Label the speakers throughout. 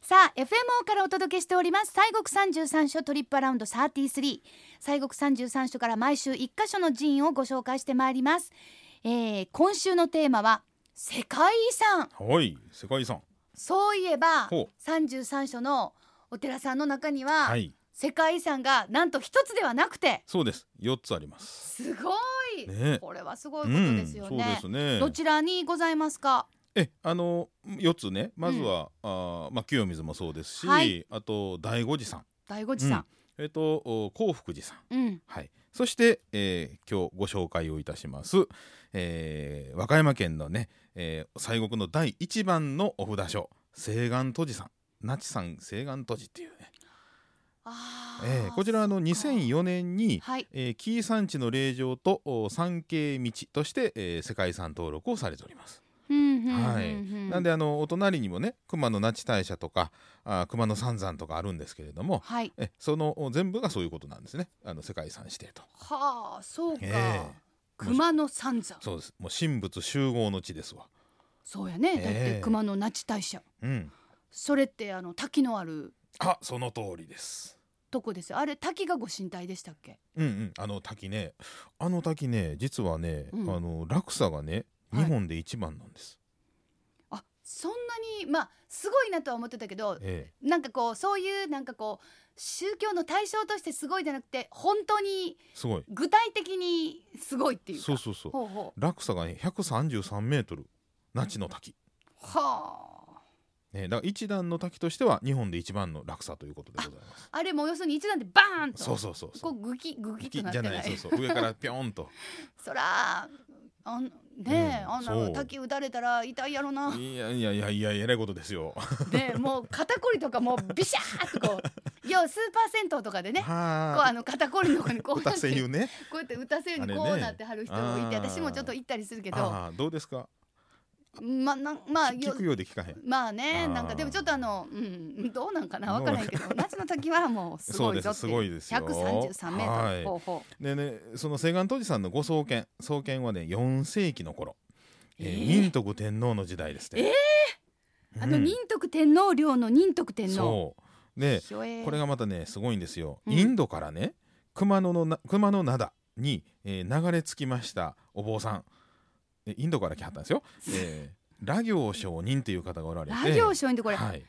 Speaker 1: さあ FMO からお届けしております西国三十三所トリップアラウンド33西国三十三所から毎週一箇所の寺院をご紹介してまいります、えー今週のテーマは世界遺産
Speaker 2: はい世界遺産
Speaker 1: そういえば
Speaker 2: ほう
Speaker 1: 三十三所のお寺さんの中には、
Speaker 2: はい
Speaker 1: 世界遺産がなんと一つではなくて
Speaker 2: そうです四つあります
Speaker 1: すごい、
Speaker 2: ね
Speaker 1: これはすごいことですよ
Speaker 2: うん、そう
Speaker 1: ね
Speaker 2: で,、すね
Speaker 1: どちらにございますか
Speaker 2: えあの四つねまずは、あーまあ清水もそうですし、
Speaker 1: はい
Speaker 2: あと醍醐寺さん
Speaker 1: 醍醐寺さ
Speaker 2: えっ、とお興福寺さん
Speaker 1: ん、うん、
Speaker 2: はいそして、えー今日ご紹介をいたします、えー和歌山県のね、えー西国の第一番のお札所西岸都寺さん那智さん西岸都寺っていうね、
Speaker 1: あー
Speaker 2: えーこちらあの2004年に
Speaker 1: はい
Speaker 2: えー、紀伊山地の霊場とお山系道として、えー世界遺産登録をされております。は
Speaker 1: はい
Speaker 2: なんであのお隣にもね熊野那智大社とかあー熊野三山とかあるんですけれども
Speaker 1: はい
Speaker 2: えそのお全部がそういうことなんですねあの世界遺産指定と。
Speaker 1: はあそうか、
Speaker 2: ええ
Speaker 1: 熊野三山
Speaker 2: そうですもう神仏集合の地ですわ。
Speaker 1: そうやね、だっ
Speaker 2: え
Speaker 1: て
Speaker 2: え
Speaker 1: 熊野那智大社
Speaker 2: うん、
Speaker 1: それってあの滝のある
Speaker 2: あその通りです。
Speaker 1: とこですよあれ滝がご神体でしたっけ
Speaker 2: うんうん、あの滝ねあの滝ね実はね、
Speaker 1: うん
Speaker 2: あの落差がね
Speaker 1: はい
Speaker 2: 日本で一番なんです。
Speaker 1: あそんなにまあすごいなとは思ってたけど
Speaker 2: え
Speaker 1: なんかこうそういうなんかこう宗教の対象としてすごいじゃなくて本当に
Speaker 2: えすごい
Speaker 1: 具体的にすごいっていうか
Speaker 2: そうそうそう
Speaker 1: ほうほう
Speaker 2: 落差がね133メートル那智の滝、
Speaker 1: は
Speaker 2: ね、だから一段の滝としては日本で一番の落差ということでございます
Speaker 1: ああれも要するに一段でバーンと
Speaker 2: そうそうそうそ
Speaker 1: こ
Speaker 2: う
Speaker 1: うグキグキ
Speaker 2: 滝
Speaker 1: となっ
Speaker 2: じ
Speaker 1: て
Speaker 2: ゃ
Speaker 1: な
Speaker 2: ない
Speaker 1: い
Speaker 2: そうそう上からピョー ンと
Speaker 1: そらあんねえ、
Speaker 2: うん
Speaker 1: あんな
Speaker 2: そ
Speaker 1: の
Speaker 2: う
Speaker 1: 滝打たれたら痛いやろな
Speaker 2: いやいやいやいやえらいことですよ
Speaker 1: でもう肩こりとかもうビシャーっとこう要はスーパー銭湯とかでねこうあ
Speaker 2: は
Speaker 1: の肩こりの子にこ
Speaker 2: あ
Speaker 1: うな
Speaker 2: 歌
Speaker 1: って
Speaker 2: 声優ね
Speaker 1: こうやって打たせるようにこ
Speaker 2: あれ
Speaker 1: う
Speaker 2: ね
Speaker 1: なってはる人もいて、
Speaker 2: あー
Speaker 1: 私もちょっと行ったりするけど
Speaker 2: ああどうですか
Speaker 1: まあなんまあ
Speaker 2: 聞
Speaker 1: よ
Speaker 2: くようで聞かへん
Speaker 1: まあね
Speaker 2: あー
Speaker 1: なんかでもちょっとあのうんどうなんかなわからへんけど夏の滝はもうすごいぞって
Speaker 2: そうですすごいですよ
Speaker 1: 133メート
Speaker 2: はい
Speaker 1: ルほうほう
Speaker 2: でねその西岸当時さんのご創建創建はね4世紀の頃、えー
Speaker 1: えー
Speaker 2: 仁徳天皇の時代ですねえ
Speaker 1: あの仁徳天皇陵の仁徳天皇
Speaker 2: そうで
Speaker 1: ひょえ
Speaker 2: これがまたねすごいんですよ、
Speaker 1: うん
Speaker 2: インドからね熊野のな熊野灘に、えー流れ着きましたお坊さんえインドから来はったんですよ、えー、羅行上人っていう方がおられて
Speaker 1: ラ行商人これ、
Speaker 2: はい、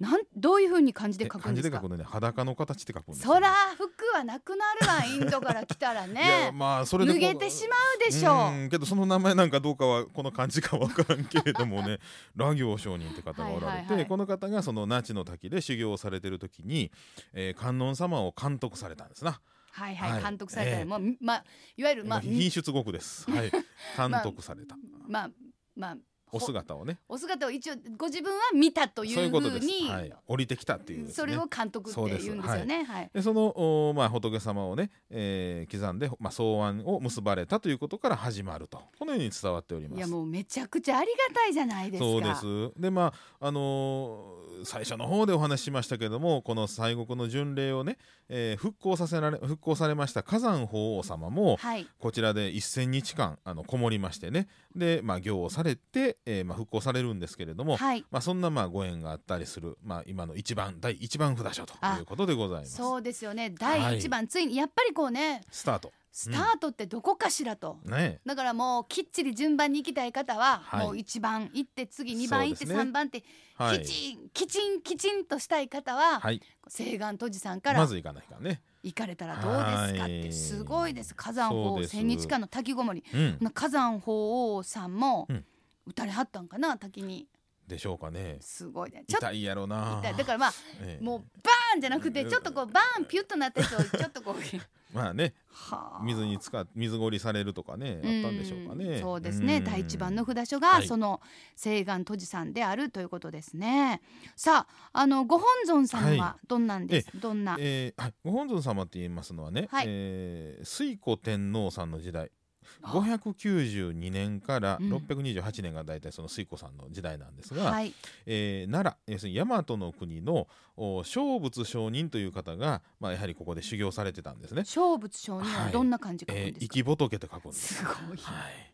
Speaker 1: なんどういうふうに漢字で
Speaker 2: え
Speaker 1: 書くん
Speaker 2: 漢
Speaker 1: で
Speaker 2: 字
Speaker 1: す
Speaker 2: で
Speaker 1: か
Speaker 2: 書くのね裸の形って書くんですよ
Speaker 1: そら服はなくなるわインドから来たら
Speaker 2: いや
Speaker 1: ね
Speaker 2: まあそれで
Speaker 1: 脱
Speaker 2: こう
Speaker 1: げてしまうでしょう
Speaker 2: うんけどその名前なんかどうかはこの漢字かわからんけれどもね 羅行上人って方がおられて
Speaker 1: はいはいはい
Speaker 2: この方がその那智の滝で修行をされてる時に、えー観音様を監督されたんですな。
Speaker 1: はいは
Speaker 2: はいい
Speaker 1: 監督されたら、
Speaker 2: ええ
Speaker 1: もうまあいわゆるま
Speaker 2: ま
Speaker 1: あ
Speaker 2: あ、品種国 です。はい、監督された、
Speaker 1: まあまあ
Speaker 2: お姿をね。
Speaker 1: お姿を一応ご自分は見たとい
Speaker 2: そういうう
Speaker 1: ふ
Speaker 2: こと
Speaker 1: う
Speaker 2: です
Speaker 1: に。
Speaker 2: はい、降りてきたっていう、ね。
Speaker 1: それを監督って言うんですよ
Speaker 2: そうで
Speaker 1: ね。はい。
Speaker 2: でそのおまあ仏様をね、えー刻んでまあ草案を結ばれたということから始まるとこのように伝わっております。
Speaker 1: いやもうめちゃくちゃありがたいじゃないですか。
Speaker 2: そうですでまああのー最初の方でお話ししましたけれどもこの西国の巡礼をね、えー復興させられ復興されました火山法皇様も
Speaker 1: はい。
Speaker 2: こちらで1,000日間あのこもりましてねで、まあ、行をされて、えーまあ、復興されるんですけれども、
Speaker 1: はい。
Speaker 2: まあ、そんなまあご縁があったりする、まあ、今の一番第一番札所と
Speaker 1: あ
Speaker 2: いうことでございます。
Speaker 1: そうですよね。第一番、ついにやっぱりこうね、
Speaker 2: スタート
Speaker 1: スタートってどこかしらと。
Speaker 2: ね
Speaker 1: だからもうきっちり順番に行きたい方は、
Speaker 2: はい
Speaker 1: もう一番行って次二番行って
Speaker 2: そうですね
Speaker 1: 三番って、
Speaker 2: はい
Speaker 1: きちんきちんきちんとしたい方は、
Speaker 2: はい
Speaker 1: 西岸都寺さんから
Speaker 2: まずいかないからね、
Speaker 1: 行かれたらどうですかっ
Speaker 2: は
Speaker 1: て
Speaker 2: い
Speaker 1: すごいです火山
Speaker 2: そう
Speaker 1: 法
Speaker 2: です
Speaker 1: 千日間の滝ごもり
Speaker 2: うん、
Speaker 1: 火山法王さんも
Speaker 2: うん
Speaker 1: 打たれはったんかな滝に
Speaker 2: でしょうかね
Speaker 1: すごいねちょっと
Speaker 2: 痛いやろな
Speaker 1: 痛いだからまあ
Speaker 2: ええ
Speaker 1: もうバーンじゃなくてちょっとこうバーンピュッとなってちょっとこ う
Speaker 2: まあね
Speaker 1: はあ
Speaker 2: 水に使っ水氷されるとかねあったんでしょうかね
Speaker 1: んそうですね
Speaker 2: ん
Speaker 1: 第一番の札所
Speaker 2: は
Speaker 1: が
Speaker 2: い
Speaker 1: その西岸都寺さんであるということですね、さああのご本尊さんは
Speaker 2: は
Speaker 1: どんなんです、どんな
Speaker 2: えーはい、ご本尊様って言いますのはね、
Speaker 1: はい
Speaker 2: えー推古天皇さんの時代
Speaker 1: あ
Speaker 2: 592年から
Speaker 1: うん
Speaker 2: 628年が大体その推古さんの時代なんですが、
Speaker 1: はい
Speaker 2: えー奈良要するに大和の国のお聖仏上人という方が、まあ、やはりここで修行されてたんですね。
Speaker 1: 勝仏上人はどんな感じか、
Speaker 2: えー、生き仏と書くんです。
Speaker 1: すごい
Speaker 2: はい、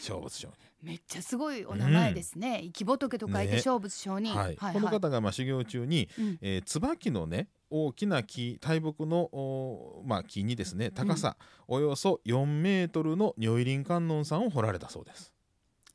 Speaker 2: 聖仏上人
Speaker 1: めっちゃすごいお名前ですね。生き仏と書いて
Speaker 2: ね
Speaker 1: 勝仏上人。
Speaker 2: はいこの方がまあ修行中に、
Speaker 1: うん
Speaker 2: えー椿のね大きな木大木の、おーまあ、木にですね高さおよそ4メートルの如意輪観音さんを彫られたそうです。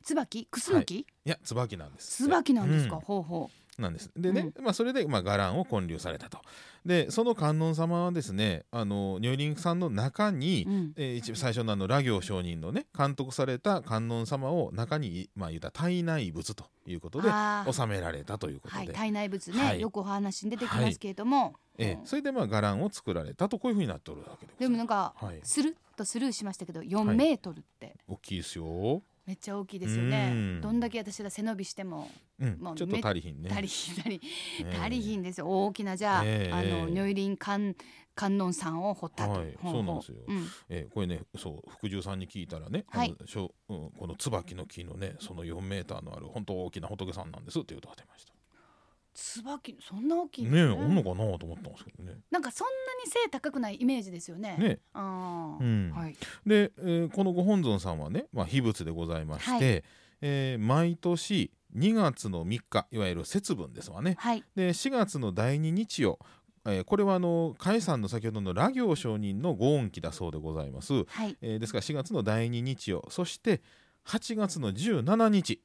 Speaker 1: 椿、クスノキ、
Speaker 2: いや椿なんですって。
Speaker 1: 椿なんですか。
Speaker 2: うん
Speaker 1: ほうほう。
Speaker 2: なんですでね、まあ、それで、まあ、伽藍を建立されたと。でその観音様はですねあの如意輪さんの中に、
Speaker 1: うん
Speaker 2: えー一最初のあの羅行上人のね監督された観音様を中に、まあ、言った体内仏ということで
Speaker 1: あー
Speaker 2: 収められたということ
Speaker 1: はい、
Speaker 2: で、
Speaker 1: 体内物ね、
Speaker 2: はい
Speaker 1: よくお話に出てきますけれども。
Speaker 2: ええ
Speaker 1: うん
Speaker 2: それでまあ伽藍を作られたとこういうふうになっておるわけでござ
Speaker 1: で
Speaker 2: いま
Speaker 1: も
Speaker 2: す
Speaker 1: なんか、
Speaker 2: はい
Speaker 1: スルッとスルーしましたけど、4
Speaker 2: はい
Speaker 1: メートルって。
Speaker 2: 大きいですよ、
Speaker 1: めっちゃ大きいですよね。
Speaker 2: うん
Speaker 1: どんだけ私ら背伸びしても、
Speaker 2: うん
Speaker 1: まあ
Speaker 2: ちょっと足りひんね
Speaker 1: 足りひん足りひ
Speaker 2: え
Speaker 1: ん、
Speaker 2: え
Speaker 1: 足りひんですよ。大きなじゃあ、
Speaker 2: ええ
Speaker 1: あの如意輪観観音さんを掘ったと。
Speaker 2: はい
Speaker 1: ほほ
Speaker 2: そうなんですよ
Speaker 1: ん
Speaker 2: えーこれねそう福住さんに聞いたらね、あの
Speaker 1: はい
Speaker 2: しょうんこの椿の木のねその4メーターのある本当大きな仏さんなんですっていう歌が出ました
Speaker 1: 椿、そんな大きいん
Speaker 2: ね
Speaker 1: です
Speaker 2: えおんのかなと思ったんですけどね
Speaker 1: なんかそんなに背高くないイメージですよね。
Speaker 2: ね
Speaker 1: ああ、
Speaker 2: うん
Speaker 1: はい。
Speaker 2: で、えーこのご本尊さんはね、まあ、秘仏でございまして、
Speaker 1: はい
Speaker 2: えー毎年2月の3日いわゆる節分ですわね
Speaker 1: はい。
Speaker 2: で4月の第2日曜、えーこれはあの甲斐さんの先ほどの羅行上人のご恩期だそうでございます、
Speaker 1: はい。
Speaker 2: えーですから4月の第2日曜そして8月の17日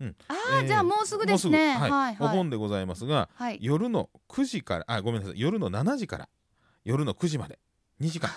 Speaker 1: ああ、
Speaker 2: えー
Speaker 1: じゃあもうすぐですね。
Speaker 2: もうはい
Speaker 1: はい。
Speaker 2: お
Speaker 1: はい。
Speaker 2: 盆でございますが
Speaker 1: はい。
Speaker 2: 夜の9時からあごめんなさい夜の7時から夜の9時まで2時間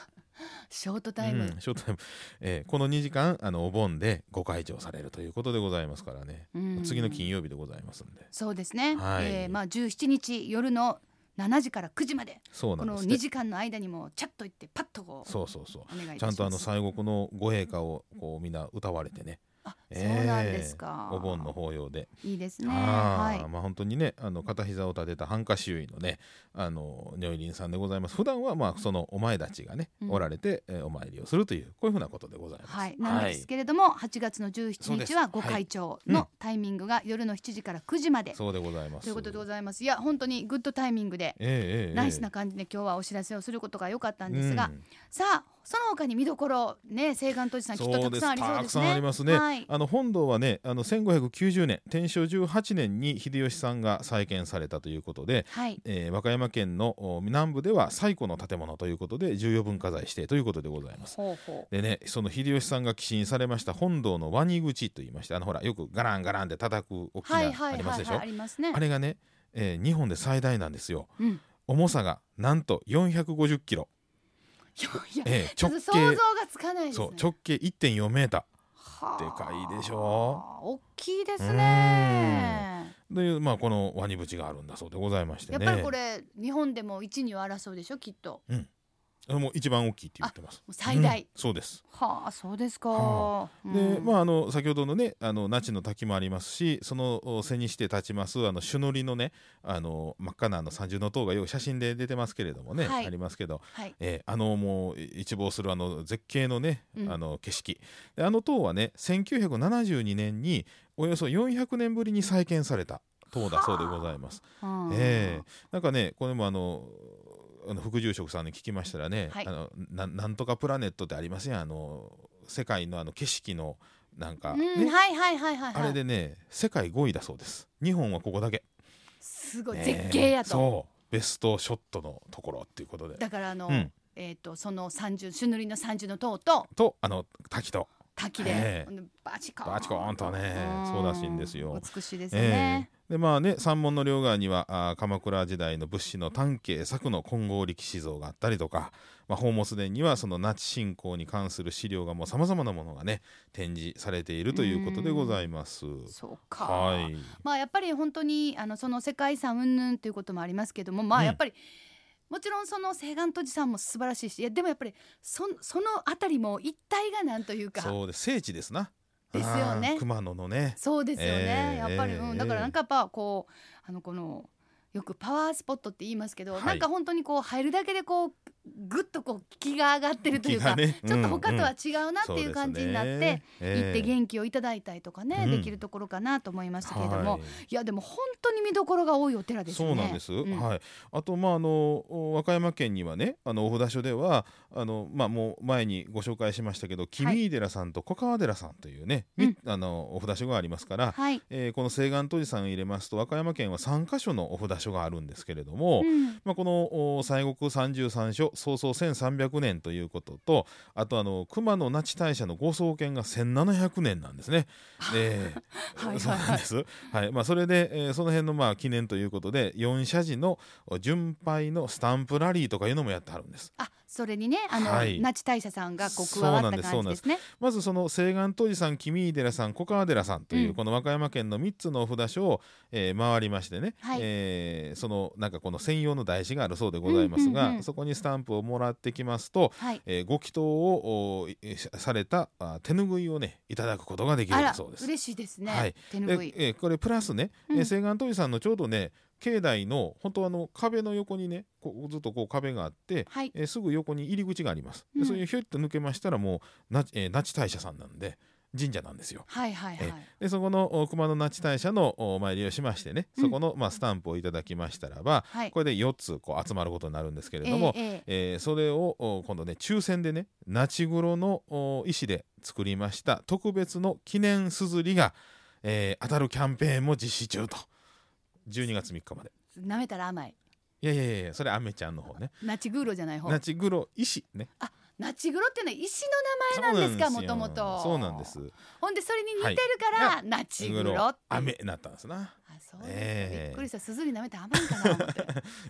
Speaker 1: ショートタイム。
Speaker 2: うんショートタイム、えーこの2時間あのお盆でご開場されるということでございますからね、
Speaker 1: うん
Speaker 2: 次の金曜日でございますんで
Speaker 1: そうですね。
Speaker 2: はい
Speaker 1: えーまあ十七日夜の七時から九時まで。
Speaker 2: そうな
Speaker 1: こ
Speaker 2: んで
Speaker 1: の
Speaker 2: す
Speaker 1: 二
Speaker 2: ね
Speaker 1: 時間の間にもチャッと行ってパッとこう。
Speaker 2: そうそうそう
Speaker 1: お願いいたします
Speaker 2: ちゃんとあの西国のご陛下をこうみんな歌われてね
Speaker 1: あ、そ
Speaker 2: え
Speaker 1: う
Speaker 2: ー
Speaker 1: なんですか。
Speaker 2: お盆の法要で、
Speaker 1: いいですね。
Speaker 2: あー
Speaker 1: は
Speaker 2: まあ本当にねあの片膝を立てたハンカシ優位のねあの如意輪さんでございます普段はまあそのお前たちがね、
Speaker 1: うん
Speaker 2: おられて、えーお参りをするというこういうふうなことでござい
Speaker 1: い。
Speaker 2: ます。
Speaker 1: はい、なんですけれども、8月の17日は
Speaker 2: そうで
Speaker 1: ご
Speaker 2: す
Speaker 1: 会長
Speaker 2: はいう
Speaker 1: の
Speaker 2: ん
Speaker 1: タイミングが夜の7時から9時まで
Speaker 2: そうでございます。
Speaker 1: ということでご
Speaker 2: います。
Speaker 1: ざいます。いや、本当にグッドタイミングで、
Speaker 2: ええええ
Speaker 1: ナイスな感じで今日はお知らせをすることが良かったんですが、
Speaker 2: うん
Speaker 1: さあその他に見どころね西岸都市さんきっとたくさんありそう
Speaker 2: た
Speaker 1: で
Speaker 2: く
Speaker 1: す
Speaker 2: さ
Speaker 1: ね。
Speaker 2: んありますね。
Speaker 1: はい、
Speaker 2: あの本堂はね、あの1590年、天正18年に秀吉さんが再建されたということで、
Speaker 1: はい、
Speaker 2: えー和歌山県のお南部では最古の建物ということで重要文化財指定ということでございます。
Speaker 1: ほうほう
Speaker 2: でね、その秀吉さんが寄進されました本堂のワニ口と言いまして、あのほらよくガランガランで叩く大き
Speaker 1: はいは
Speaker 2: ないあ
Speaker 1: い
Speaker 2: り
Speaker 1: は
Speaker 2: ます
Speaker 1: い
Speaker 2: でし
Speaker 1: はい
Speaker 2: ょ
Speaker 1: あ。りますね
Speaker 2: あ。れがね、えー日本で最大なんですよ。
Speaker 1: うん、
Speaker 2: 重さがなんと450キロ、
Speaker 1: いやいや、
Speaker 2: えー
Speaker 1: ちょ
Speaker 2: 直
Speaker 1: っと想像
Speaker 2: 径
Speaker 1: がつかないですね。
Speaker 2: そう直径1.4メーター。
Speaker 1: はあ
Speaker 2: でかいでしょ
Speaker 1: 大きいですね。
Speaker 2: という、まあ、このワニ淵があるんだそうでございまして
Speaker 1: やっ
Speaker 2: ね。
Speaker 1: ぱりこれ日本でも一二を争うでしょきっと。
Speaker 2: もう一番大きいって言ってます。
Speaker 1: もう最大。
Speaker 2: うんそうです。
Speaker 1: はあそうですか。
Speaker 2: は
Speaker 1: う
Speaker 2: で、
Speaker 1: ん
Speaker 2: まあ、あの、先ほどのね、あの、那智の滝もありますし、そのお背にして立ちます、あの、朱塗りのね。あの、真っ赤なあの三重の塔がよく写真で出てますけれどもね、
Speaker 1: はい
Speaker 2: ありますけど。
Speaker 1: はい
Speaker 2: えーあのもう一望するあの絶景のね、
Speaker 1: うん
Speaker 2: あの景色であの塔はね1972年におよそ400年ぶりに再建された塔だそうでございます。
Speaker 1: うん
Speaker 2: ええなんかねこれもあのあの副住職さんに聞きましたらね、
Speaker 1: はい
Speaker 2: あのななんとかプラネットってありますやんあの世界のあの景色のなんか、
Speaker 1: うん
Speaker 2: ね
Speaker 1: はいはいはいはいはい。
Speaker 2: あれでね世界5位だそうです日本はここだけ、
Speaker 1: すごい
Speaker 2: ね
Speaker 1: 絶景やと。
Speaker 2: そうベストショットのところっていうことで
Speaker 1: だからあの、
Speaker 2: うん
Speaker 1: えっ、とその三十朱塗りの三十の塔と
Speaker 2: とあの滝と
Speaker 1: 滝で、
Speaker 2: ええ
Speaker 1: バチコーン
Speaker 2: バチコーンとね
Speaker 1: ん
Speaker 2: そうらしいんですよ
Speaker 1: 美しいです
Speaker 2: え
Speaker 1: ね、
Speaker 2: えでまあね山門の両側にはあー鎌倉時代の物資の丹慶作の金剛力士像があったりとか、まあ、宝物殿にはその那智信仰に関する資料がもうさまざまなものがね展示されているということでございます。
Speaker 1: そうか、
Speaker 2: はい、
Speaker 1: まあやっぱり本当にあのその世界遺産云々ということもありますけどもま
Speaker 2: う
Speaker 1: あ
Speaker 2: ん
Speaker 1: やっぱり、もちろんその西岸都市さんも素晴らしいしいやでもやっぱりそそのあたりも一体がなんというかそう
Speaker 2: そうです聖地ですな。
Speaker 1: ですよね
Speaker 2: あー熊野のね。
Speaker 1: ですよね、
Speaker 2: ええ
Speaker 1: やっぱり、
Speaker 2: ええ
Speaker 1: うん、だからなんかやっぱこうあのこのよくパワースポットって言いますけど、
Speaker 2: はい
Speaker 1: なんか本当にこう入るだけでこうぐっとこう気が上がってるというか、ちょっと他とは違うなっていう感じになって、行って
Speaker 2: 気
Speaker 1: 元気をいただいたりとかね、
Speaker 2: うん
Speaker 1: できるところかなと思いましたけれども、い、やでも本当に見どころが多いお寺ですね。
Speaker 2: そうなんです、
Speaker 1: うん
Speaker 2: はい、あと、まあ、あのお和歌山県にはねあのお札所ではあの、まあ、もう前にご紹介しましたけど君井寺さんと小川寺さんというね、みあのお札所がありますから、
Speaker 1: はい、
Speaker 2: えーこの西岸都寺さんを入れますと和歌山県は3か所のお札所があるんですけれども、
Speaker 1: うん
Speaker 2: まあ、このお西国三十三所創創1300年ということとあとあの熊野那智大社のご創建が1700年な んですね。えー
Speaker 1: はいはいはい
Speaker 2: そうなんです。はいまあ、それで、えーその辺のまあ記念ということで四社寺のお巡拝のスタンプラリーとかいうのもやってあるんです。
Speaker 1: あそれにねあの、
Speaker 2: はい
Speaker 1: 那智大社さんがこう加わった感
Speaker 2: そう
Speaker 1: じ
Speaker 2: なん
Speaker 1: で
Speaker 2: です
Speaker 1: ね。
Speaker 2: まずその西岸当時さん君井寺さん小川寺さんといううんこの和歌山県の3つのお札所を、えー回りましてね、
Speaker 1: はい
Speaker 2: えーそのなんかこの専用の台紙があるそうでございますが、
Speaker 1: うんうんうん
Speaker 2: そこにスタンプをもらってきますと、
Speaker 1: はい
Speaker 2: えーご祈祷をおいされたあ手拭いをねいただくことができる
Speaker 1: あら
Speaker 2: そうです。
Speaker 1: 嬉しいですね、
Speaker 2: はい
Speaker 1: 手
Speaker 2: で
Speaker 1: 拭い。
Speaker 2: えーこれプラスね、
Speaker 1: う
Speaker 2: え
Speaker 1: ん
Speaker 2: ー西岸当時さんのちょうどね境内の本当あの壁の横にねこうずっとこう壁があって、
Speaker 1: はい
Speaker 2: えーすぐ横に入り口があります。で
Speaker 1: うん
Speaker 2: それをひょいっと抜けましたらもうな、えー、那智大社さんなんで神社なんですよ。
Speaker 1: はいはいはい。
Speaker 2: でそこのお熊野那智大社のおお参りをしましてね
Speaker 1: うん
Speaker 2: そこの、まあ、スタンプをいただきましたらば、
Speaker 1: はい。
Speaker 2: これで4つこう集まることになるんですけ
Speaker 1: え
Speaker 2: れども、
Speaker 1: えええ
Speaker 2: えーそれをお今度ね抽選でね那智黒のお石で作りました特別の記念すずりが、えー当たるキャンペーンも実施中と12月3日まで
Speaker 1: 舐めたら甘い。
Speaker 2: いやいやいやいやそれアメちゃんの方ね
Speaker 1: ナチグーロじゃない方。
Speaker 2: 那智黒石ね
Speaker 1: ナチグロってのは石の名前なんですか
Speaker 2: そう
Speaker 1: もともと。
Speaker 2: そうなんです。
Speaker 1: ほんでそれに似てるから、
Speaker 2: は
Speaker 1: ナチグロって。
Speaker 2: アメなったんですな
Speaker 1: あそうですか、
Speaker 2: ええ
Speaker 1: びっくりした。すずり舐めたら甘いんか な思って。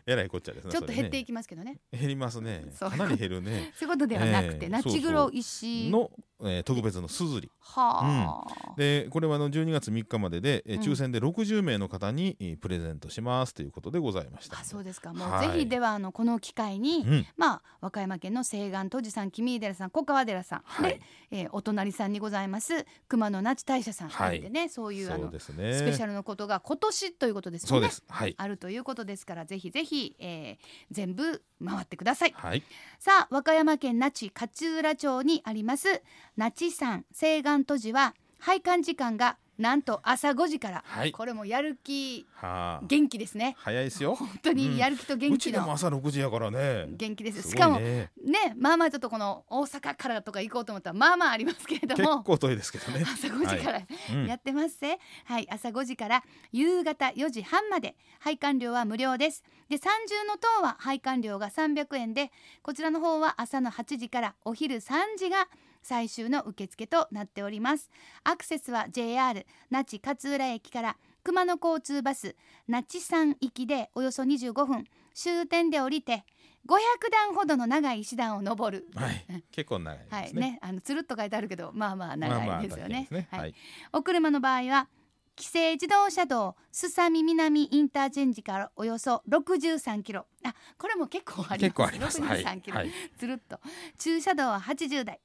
Speaker 2: えらいこっちゃですね
Speaker 1: ちょっと減って
Speaker 2: い
Speaker 1: いきますけどね。
Speaker 2: 減りますね
Speaker 1: そう
Speaker 2: かなり減るね
Speaker 1: そういうことではなくて、
Speaker 2: ええ
Speaker 1: ナチグロ石
Speaker 2: の、えー特別のすずり
Speaker 1: はあ、
Speaker 2: でこれはあの12月3日までで、えー
Speaker 1: うん
Speaker 2: 抽選で60名の方にえープレゼントしますということでございました。
Speaker 1: あそうですか。もう
Speaker 2: は
Speaker 1: ぜ
Speaker 2: い
Speaker 1: ひではあのこの機会に、
Speaker 2: うん
Speaker 1: まあ和歌山県の西岸都寺さん、君井寺さん、小川寺さん、
Speaker 2: はい
Speaker 1: で、えーお隣さんにございます熊野那智大社さん
Speaker 2: はい
Speaker 1: なんでね、そういうあ
Speaker 2: そう
Speaker 1: の
Speaker 2: ですね。
Speaker 1: スペシャルのことが今年ということです
Speaker 2: そ
Speaker 1: よ
Speaker 2: うで
Speaker 1: ね。
Speaker 2: す。はい。
Speaker 1: あるということですからぜひぜひ、えー全部回ってください。
Speaker 2: はい。
Speaker 1: さあ和歌山県那智勝浦町にあります那智山西岸都市は拝観時間がなんと朝5時から、
Speaker 2: はい
Speaker 1: これもやる気
Speaker 2: はあ。
Speaker 1: 元気ですね
Speaker 2: 早いですよ。
Speaker 1: 本当にやる気と元
Speaker 2: う
Speaker 1: 気
Speaker 2: ちでも
Speaker 1: の
Speaker 2: 朝6時やからね。
Speaker 1: 元気です,、
Speaker 2: す
Speaker 1: し
Speaker 2: ご
Speaker 1: か
Speaker 2: い
Speaker 1: もね
Speaker 2: ね。
Speaker 1: まあまあちょっとこの大阪からとか行こうと思ったらまあまあありますけれど
Speaker 2: 結
Speaker 1: も
Speaker 2: 構遠いですけどね。
Speaker 1: 朝5時から
Speaker 2: うん
Speaker 1: やってますぜ、はい朝5時から夕方4時半まで配管料は無料ですで三重の塔は配管料が300円でこちらの方は朝の8時からお昼3時が最終の受付となっておりますアクセスは JR 那智勝浦駅から熊野交通バス那智山行きでおよそ25分終点で降りて500段ほどの長い石段を登る
Speaker 2: はい。結構長い
Speaker 1: は
Speaker 2: で
Speaker 1: い
Speaker 2: すね。
Speaker 1: ね、あのつるっと書いてあるけど、まあまあ
Speaker 2: まあま
Speaker 1: 長
Speaker 2: あ
Speaker 1: いですよね
Speaker 2: 大変。
Speaker 1: はい
Speaker 2: はい。
Speaker 1: お車の場合は規制自動車道すさみ南インターチェンジからおよそ63キロあこれも結構あります
Speaker 2: 結構あります。はい。
Speaker 1: 63キロ、
Speaker 2: はい。
Speaker 1: つるっと駐車道は80台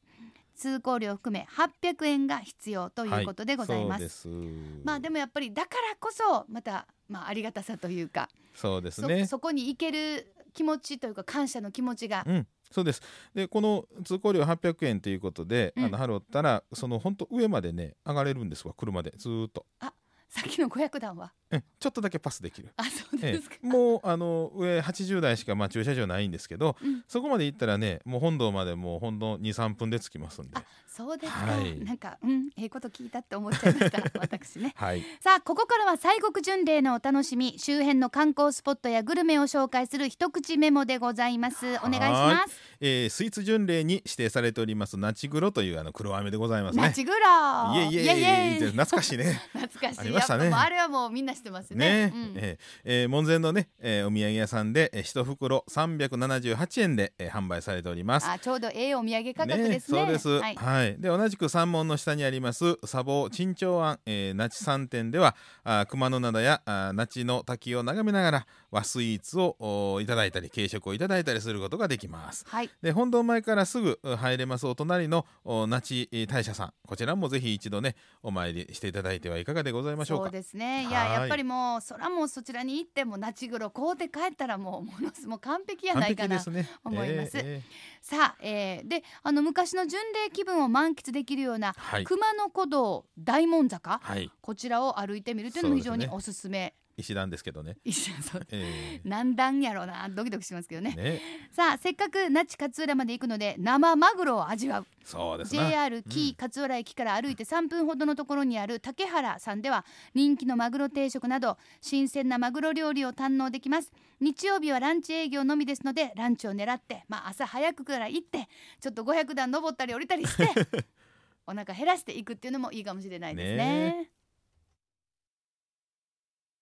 Speaker 1: 通行料含め800円が必要ということでございます,、
Speaker 2: そうです。
Speaker 1: まあで
Speaker 2: も。
Speaker 1: もやっぱりだからこそまた、まあ、ありがたさというか、
Speaker 2: そうです
Speaker 1: そ
Speaker 2: ね。
Speaker 1: そこに行ける気持ちというか感謝の気持ちが、
Speaker 2: うん、そうです。で、この通行料800円ということで、
Speaker 1: うん
Speaker 2: あの払ったら、その本当上までね、上がれるんですわ、車で、ずーっと。
Speaker 1: さっきの500段は
Speaker 2: え、ちょっとだけパスできる。
Speaker 1: あそう
Speaker 2: え
Speaker 1: ですか、
Speaker 2: え、もう、あの、上80台しか、まあ、駐車場ないんですけど、
Speaker 1: うん
Speaker 2: そこまで行ったらね、もう本堂までもう、ほんの2、3分で着きますんで
Speaker 1: あ。そうですか、
Speaker 2: はい
Speaker 1: なんかうんええこと聞いたって思っちゃいました 私ね
Speaker 2: はい。
Speaker 1: さあここからは西国巡礼のお楽しみ周辺の観光スポットやグルメを紹介する一口メモでございますお願いします
Speaker 2: えースイーツ巡礼に指定されております、ナチグロという、あの、黒飴でございます
Speaker 1: ナ
Speaker 2: ね。
Speaker 1: チグロ
Speaker 2: いえいえいえいえいえ、懐かし いね。
Speaker 1: 懐かしい
Speaker 2: ありましたね
Speaker 1: やっぱもうあれはもうみんな知ってますね
Speaker 2: ね
Speaker 1: うん
Speaker 2: えええー門前のね、えーお土産屋さんで、えー、1袋378円で、えー販売されております。
Speaker 1: あちょうどええお土産価格ですね
Speaker 2: そうです。
Speaker 1: は
Speaker 2: はいい、で同じく山門の下にあります砂防陳長庵、えー、那智山店ではあー熊野灘やあー那智の滝を眺めながら和スイーツをおーいただいたり軽食をいただいたりすることができます。
Speaker 1: はい
Speaker 2: で本堂前からすぐう入れますお隣のお那智えー大社さんこちらもぜひ一度ねお参りしていただいてはいかがでございましょう
Speaker 1: そう
Speaker 2: か。
Speaker 1: ですねいややっぱりもう、そらもうそちらに行ってもナチグロ買うて帰ったらもうものすもう 完璧やないかな。
Speaker 2: ね
Speaker 1: 思います
Speaker 2: えええ
Speaker 1: さあ、えーであの昔の巡礼気分を満喫できるような
Speaker 2: えはい、
Speaker 1: 熊野古道大門坂、
Speaker 2: はい、
Speaker 1: こちらを歩いてみるというのも非常に
Speaker 2: そうです
Speaker 1: おす
Speaker 2: ね
Speaker 1: すめ。
Speaker 2: 石段ですけどね。
Speaker 1: 一緒にそう
Speaker 2: え
Speaker 1: 何段やろう なドキドキしますけど
Speaker 2: え
Speaker 1: ね
Speaker 2: ね、
Speaker 1: さあせっかく那智勝浦まで行くので生マグロを味わう
Speaker 2: そうですね。
Speaker 1: JR 紀伊勝浦駅から歩いて3分ほどのところにある竹原さんでは人気のマグロ定食など新鮮なマグロ料理を堪能できます日曜日はランチ営業のみですのでランチを狙って、まあ、朝早くから行ってちょっと500段登ったり降りたりしてお腹減らしていくっていうのもいいかもしれないですね
Speaker 2: ね